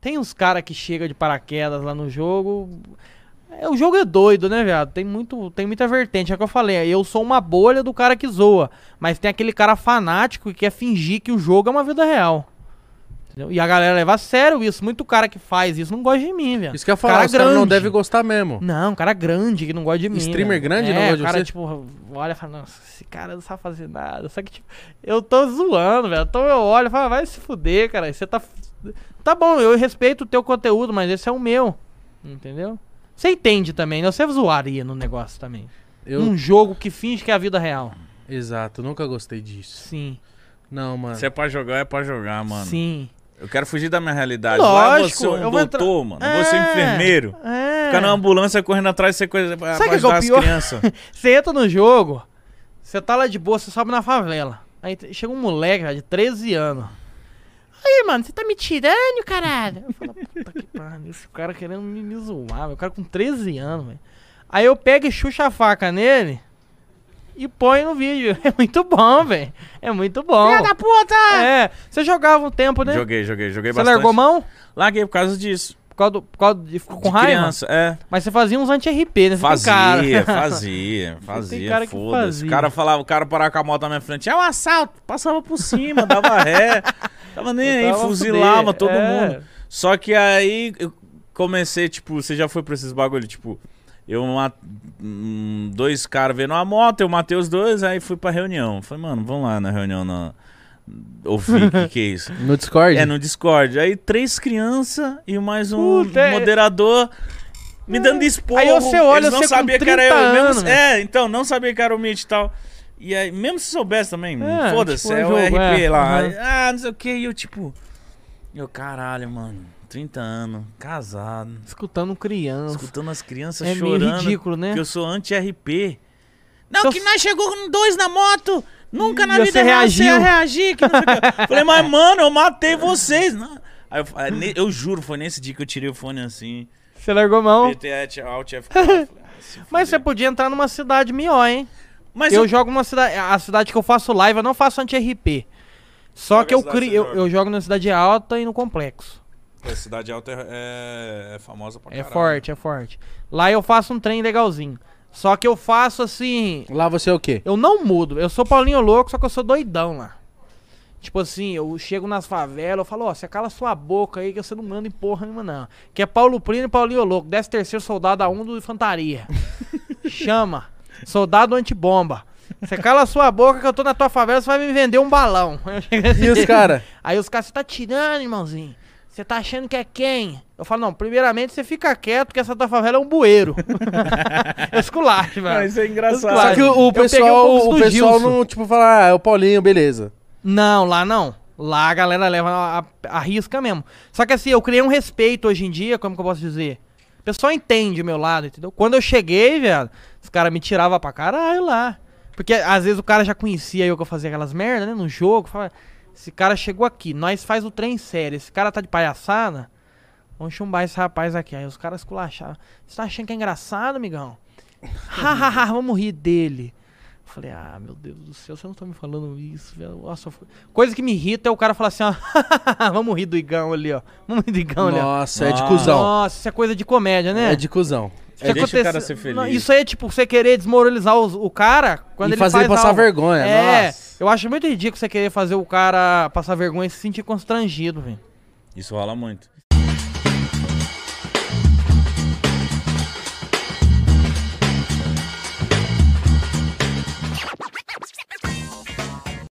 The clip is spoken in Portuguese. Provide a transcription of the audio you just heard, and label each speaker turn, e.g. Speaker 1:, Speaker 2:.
Speaker 1: Tem uns caras que chega de paraquedas lá no jogo. É, o jogo é doido, né, viado? Tem, muito, tem muita vertente, é o que eu falei. Eu sou uma bolha do cara que zoa. Mas tem aquele cara fanático que quer fingir que o jogo é uma vida real. Entendeu? E a galera leva a sério isso. Muito cara que faz isso não gosta de mim, velho.
Speaker 2: Isso que eu ia falar,
Speaker 1: Tá. cara
Speaker 2: os caras não
Speaker 1: grande.
Speaker 2: devem gostar mesmo.
Speaker 1: Não, cara grande que não gosta de mim.
Speaker 2: Streamer
Speaker 1: velho.
Speaker 2: grande
Speaker 1: é,
Speaker 2: não gosta de
Speaker 1: o cara,
Speaker 2: você?
Speaker 1: tipo, olha e fala, nossa, esse cara não sabe fazer nada. Só que, tipo, eu tô zoando, velho. Então eu olho e falo, vai se fuder, cara. Você tá. f- Tá bom, eu respeito o teu conteúdo, mas esse é o meu. Entendeu? Você entende também, né? Você zoaria no negócio também.
Speaker 2: Eu,
Speaker 1: Um jogo que finge que é a vida real.
Speaker 2: Exato, nunca gostei disso.
Speaker 1: Sim.
Speaker 2: Não, mano.
Speaker 3: Se é pra jogar, é pra jogar, mano.
Speaker 1: Sim.
Speaker 3: Eu quero fugir da minha realidade. Lá eu vou
Speaker 1: Lógico,
Speaker 3: ser um
Speaker 1: eu vou
Speaker 3: doutor,
Speaker 1: entrar-
Speaker 3: mano. Eu vou ser
Speaker 1: É,
Speaker 3: enfermeiro.
Speaker 1: É.
Speaker 3: Ficar na ambulância correndo atrás de ser coisa pra,
Speaker 1: Sabe
Speaker 3: pra
Speaker 1: o que é o
Speaker 3: ajudar as
Speaker 1: pior?
Speaker 3: crianças.
Speaker 1: Você entra no jogo, você tá lá de boa, você sobe na favela. Aí t- chega um moleque velho, de 13 anos. Aí, mano, você tá me tirando, caralho. Eu falo, puta que pariu, esse cara querendo me, me zoar, meu cara com 13 anos, velho. Aí eu pego e chucho a faca nele e põe no vídeo. É muito bom, velho. É muito bom. Filha da puta! É, você jogava um tempo, né?
Speaker 3: Joguei, joguei, joguei
Speaker 1: você
Speaker 3: bastante.
Speaker 1: largou mão?
Speaker 3: Larguei por causa disso.
Speaker 1: Por causa do. Por causa de, ficou com
Speaker 3: de
Speaker 1: raiva?
Speaker 3: criança, é.
Speaker 1: Mas você fazia uns anti-RP, né? Você tem
Speaker 3: Fazia,
Speaker 1: cara.
Speaker 3: fazia,
Speaker 1: Tem
Speaker 3: fazia,
Speaker 1: cara que
Speaker 3: foda-se.
Speaker 1: fazia.
Speaker 3: O cara falava, o cara parava com a moto na minha frente, é um assalto, passava por cima, dava ré, tava nem
Speaker 1: Eu
Speaker 3: aí,
Speaker 1: tava a
Speaker 3: fuzilava
Speaker 1: fuder,
Speaker 3: todo
Speaker 1: é.
Speaker 3: mundo. Só que aí eu comecei, tipo, você já foi pra esses bagulho, tipo, eu ma- hum, dois caras vendo uma moto, eu matei os dois, aí fui pra reunião. Falei, mano, vamos lá na reunião na. Ouvir o que, que é isso.
Speaker 2: No Discord?
Speaker 3: É, no Discord. Aí três crianças e mais um
Speaker 1: Puta, é-
Speaker 3: moderador me dando esporro.
Speaker 1: Aí você olha,
Speaker 3: Eles não
Speaker 1: você com
Speaker 3: sabia que era
Speaker 1: 30
Speaker 3: eu. mesmo
Speaker 1: anos, né?
Speaker 3: se-
Speaker 1: velho.
Speaker 3: é, então, não sabia que era o Mitch e tal. E aí, mesmo se soubesse também,
Speaker 1: É,
Speaker 3: foda-se,
Speaker 1: tipo,
Speaker 3: é,
Speaker 1: é
Speaker 3: o
Speaker 1: jogo,
Speaker 3: RP
Speaker 1: é,
Speaker 3: lá.
Speaker 1: uhum.
Speaker 3: Ah, não sei o que. E eu, tipo, eu, caralho, mano, 30 anos, casado,
Speaker 1: Escutando criança.
Speaker 3: escutando as crianças
Speaker 1: É meio
Speaker 3: chorando.
Speaker 1: ridículo, né?
Speaker 3: Que eu sou anti-RP. Não,
Speaker 1: Seu-
Speaker 3: que nós chegou com dois na moto. Nunca na
Speaker 1: E
Speaker 3: vida
Speaker 1: você
Speaker 3: real você ia
Speaker 1: reagiu.
Speaker 3: reagir. Que não sei o quê. Falei, mas mano, eu matei vocês. Não. Aí eu, fa- é, ne- eu juro, foi nesse dia que eu tirei o fone assim.
Speaker 1: Você largou mão.
Speaker 3: PT, Alt, F4. falei, ah, se
Speaker 1: Mas você
Speaker 3: fuder.
Speaker 1: podia entrar numa cidade melhor, hein?
Speaker 3: Mas
Speaker 1: eu,
Speaker 3: eu,
Speaker 1: jogo uma cidade. A cidade que eu faço live, eu não faço anti-RP. Só
Speaker 3: Joga
Speaker 1: que eu
Speaker 3: cidade
Speaker 1: crio.
Speaker 3: você
Speaker 1: Eu,
Speaker 3: joga.
Speaker 1: eu jogo na cidade alta e no complexo.
Speaker 3: A Cidade Alta é, é- é famosa pra
Speaker 1: É
Speaker 3: caralho.
Speaker 1: forte, é forte. Lá eu faço um trem legalzinho. Só que eu faço assim.
Speaker 2: Lá você é o quê?
Speaker 1: Eu não mudo. Eu sou Paulinho Louco, só que eu sou doidão lá. Tipo assim, eu chego nas favelas, eu falo, ó, você cala sua boca aí que você não manda em porra nenhuma, não. Que é Paulo Plínio e Paulinho Louco, 13 terceiro soldado a 1 do infantaria. Chama. Soldado antibomba. Você cala sua boca que eu tô na tua favela, você vai me vender um balão. Eu chego assim.
Speaker 2: E os caras?
Speaker 1: Aí os caras, você tá tirando, irmãozinho. Você tá achando que é quem? Eu falo, não, primeiramente você fica quieto que essa tua favela é um bueiro. é esculacho, velho.
Speaker 3: Mas isso é engraçado.
Speaker 1: Claro.
Speaker 2: Só que o, o
Speaker 1: Eu peguei
Speaker 2: pessoal,
Speaker 1: um pouco
Speaker 2: o
Speaker 1: do
Speaker 2: pessoal
Speaker 1: Gilson.
Speaker 2: não, tipo, fala, ah, é o Paulinho, beleza.
Speaker 1: Não, lá não. Lá a galera leva a, a- a risca mesmo. Só que assim, eu criei um respeito hoje em dia, como que eu posso dizer? O pessoal entende o meu lado, entendeu? Quando eu cheguei, velho, os caras me tiravam pra caralho lá. Porque às vezes o cara já conhecia eu que eu fazia aquelas merda, né? No jogo, fala, esse cara chegou aqui, nós faz o trem sério, esse cara tá de palhaçada, vamos chumbar esse rapaz aqui. Aí os caras esculachavam. Você tá achando que é engraçado, amigão? Hahaha, vamos rir dele. Eu Falei, ah, meu Deus do céu, você não tá me falando isso, velho. Nossa, eu fui- coisa que me irrita é o cara falar assim, ó, vamos rir do Igão ali, ó. Vamos rir do Igão ali, ó.
Speaker 2: Nossa, é de
Speaker 3: Nossa.
Speaker 2: cuzão.
Speaker 1: Nossa, isso é coisa de comédia, né?
Speaker 2: É de cuzão.
Speaker 1: Isso
Speaker 3: Deixa o
Speaker 1: acontece-
Speaker 3: cara ser feliz.
Speaker 1: Não, Isso aí é tipo você querer desmoralizar os- o cara quando
Speaker 2: e
Speaker 1: ele
Speaker 2: fazer
Speaker 1: faz
Speaker 2: ele passar
Speaker 1: algo.
Speaker 2: vergonha.
Speaker 1: É,
Speaker 2: Nossa.
Speaker 1: eu acho muito ridículo você querer fazer o cara passar vergonha e se sentir constrangido, velho.
Speaker 3: Isso rola muito.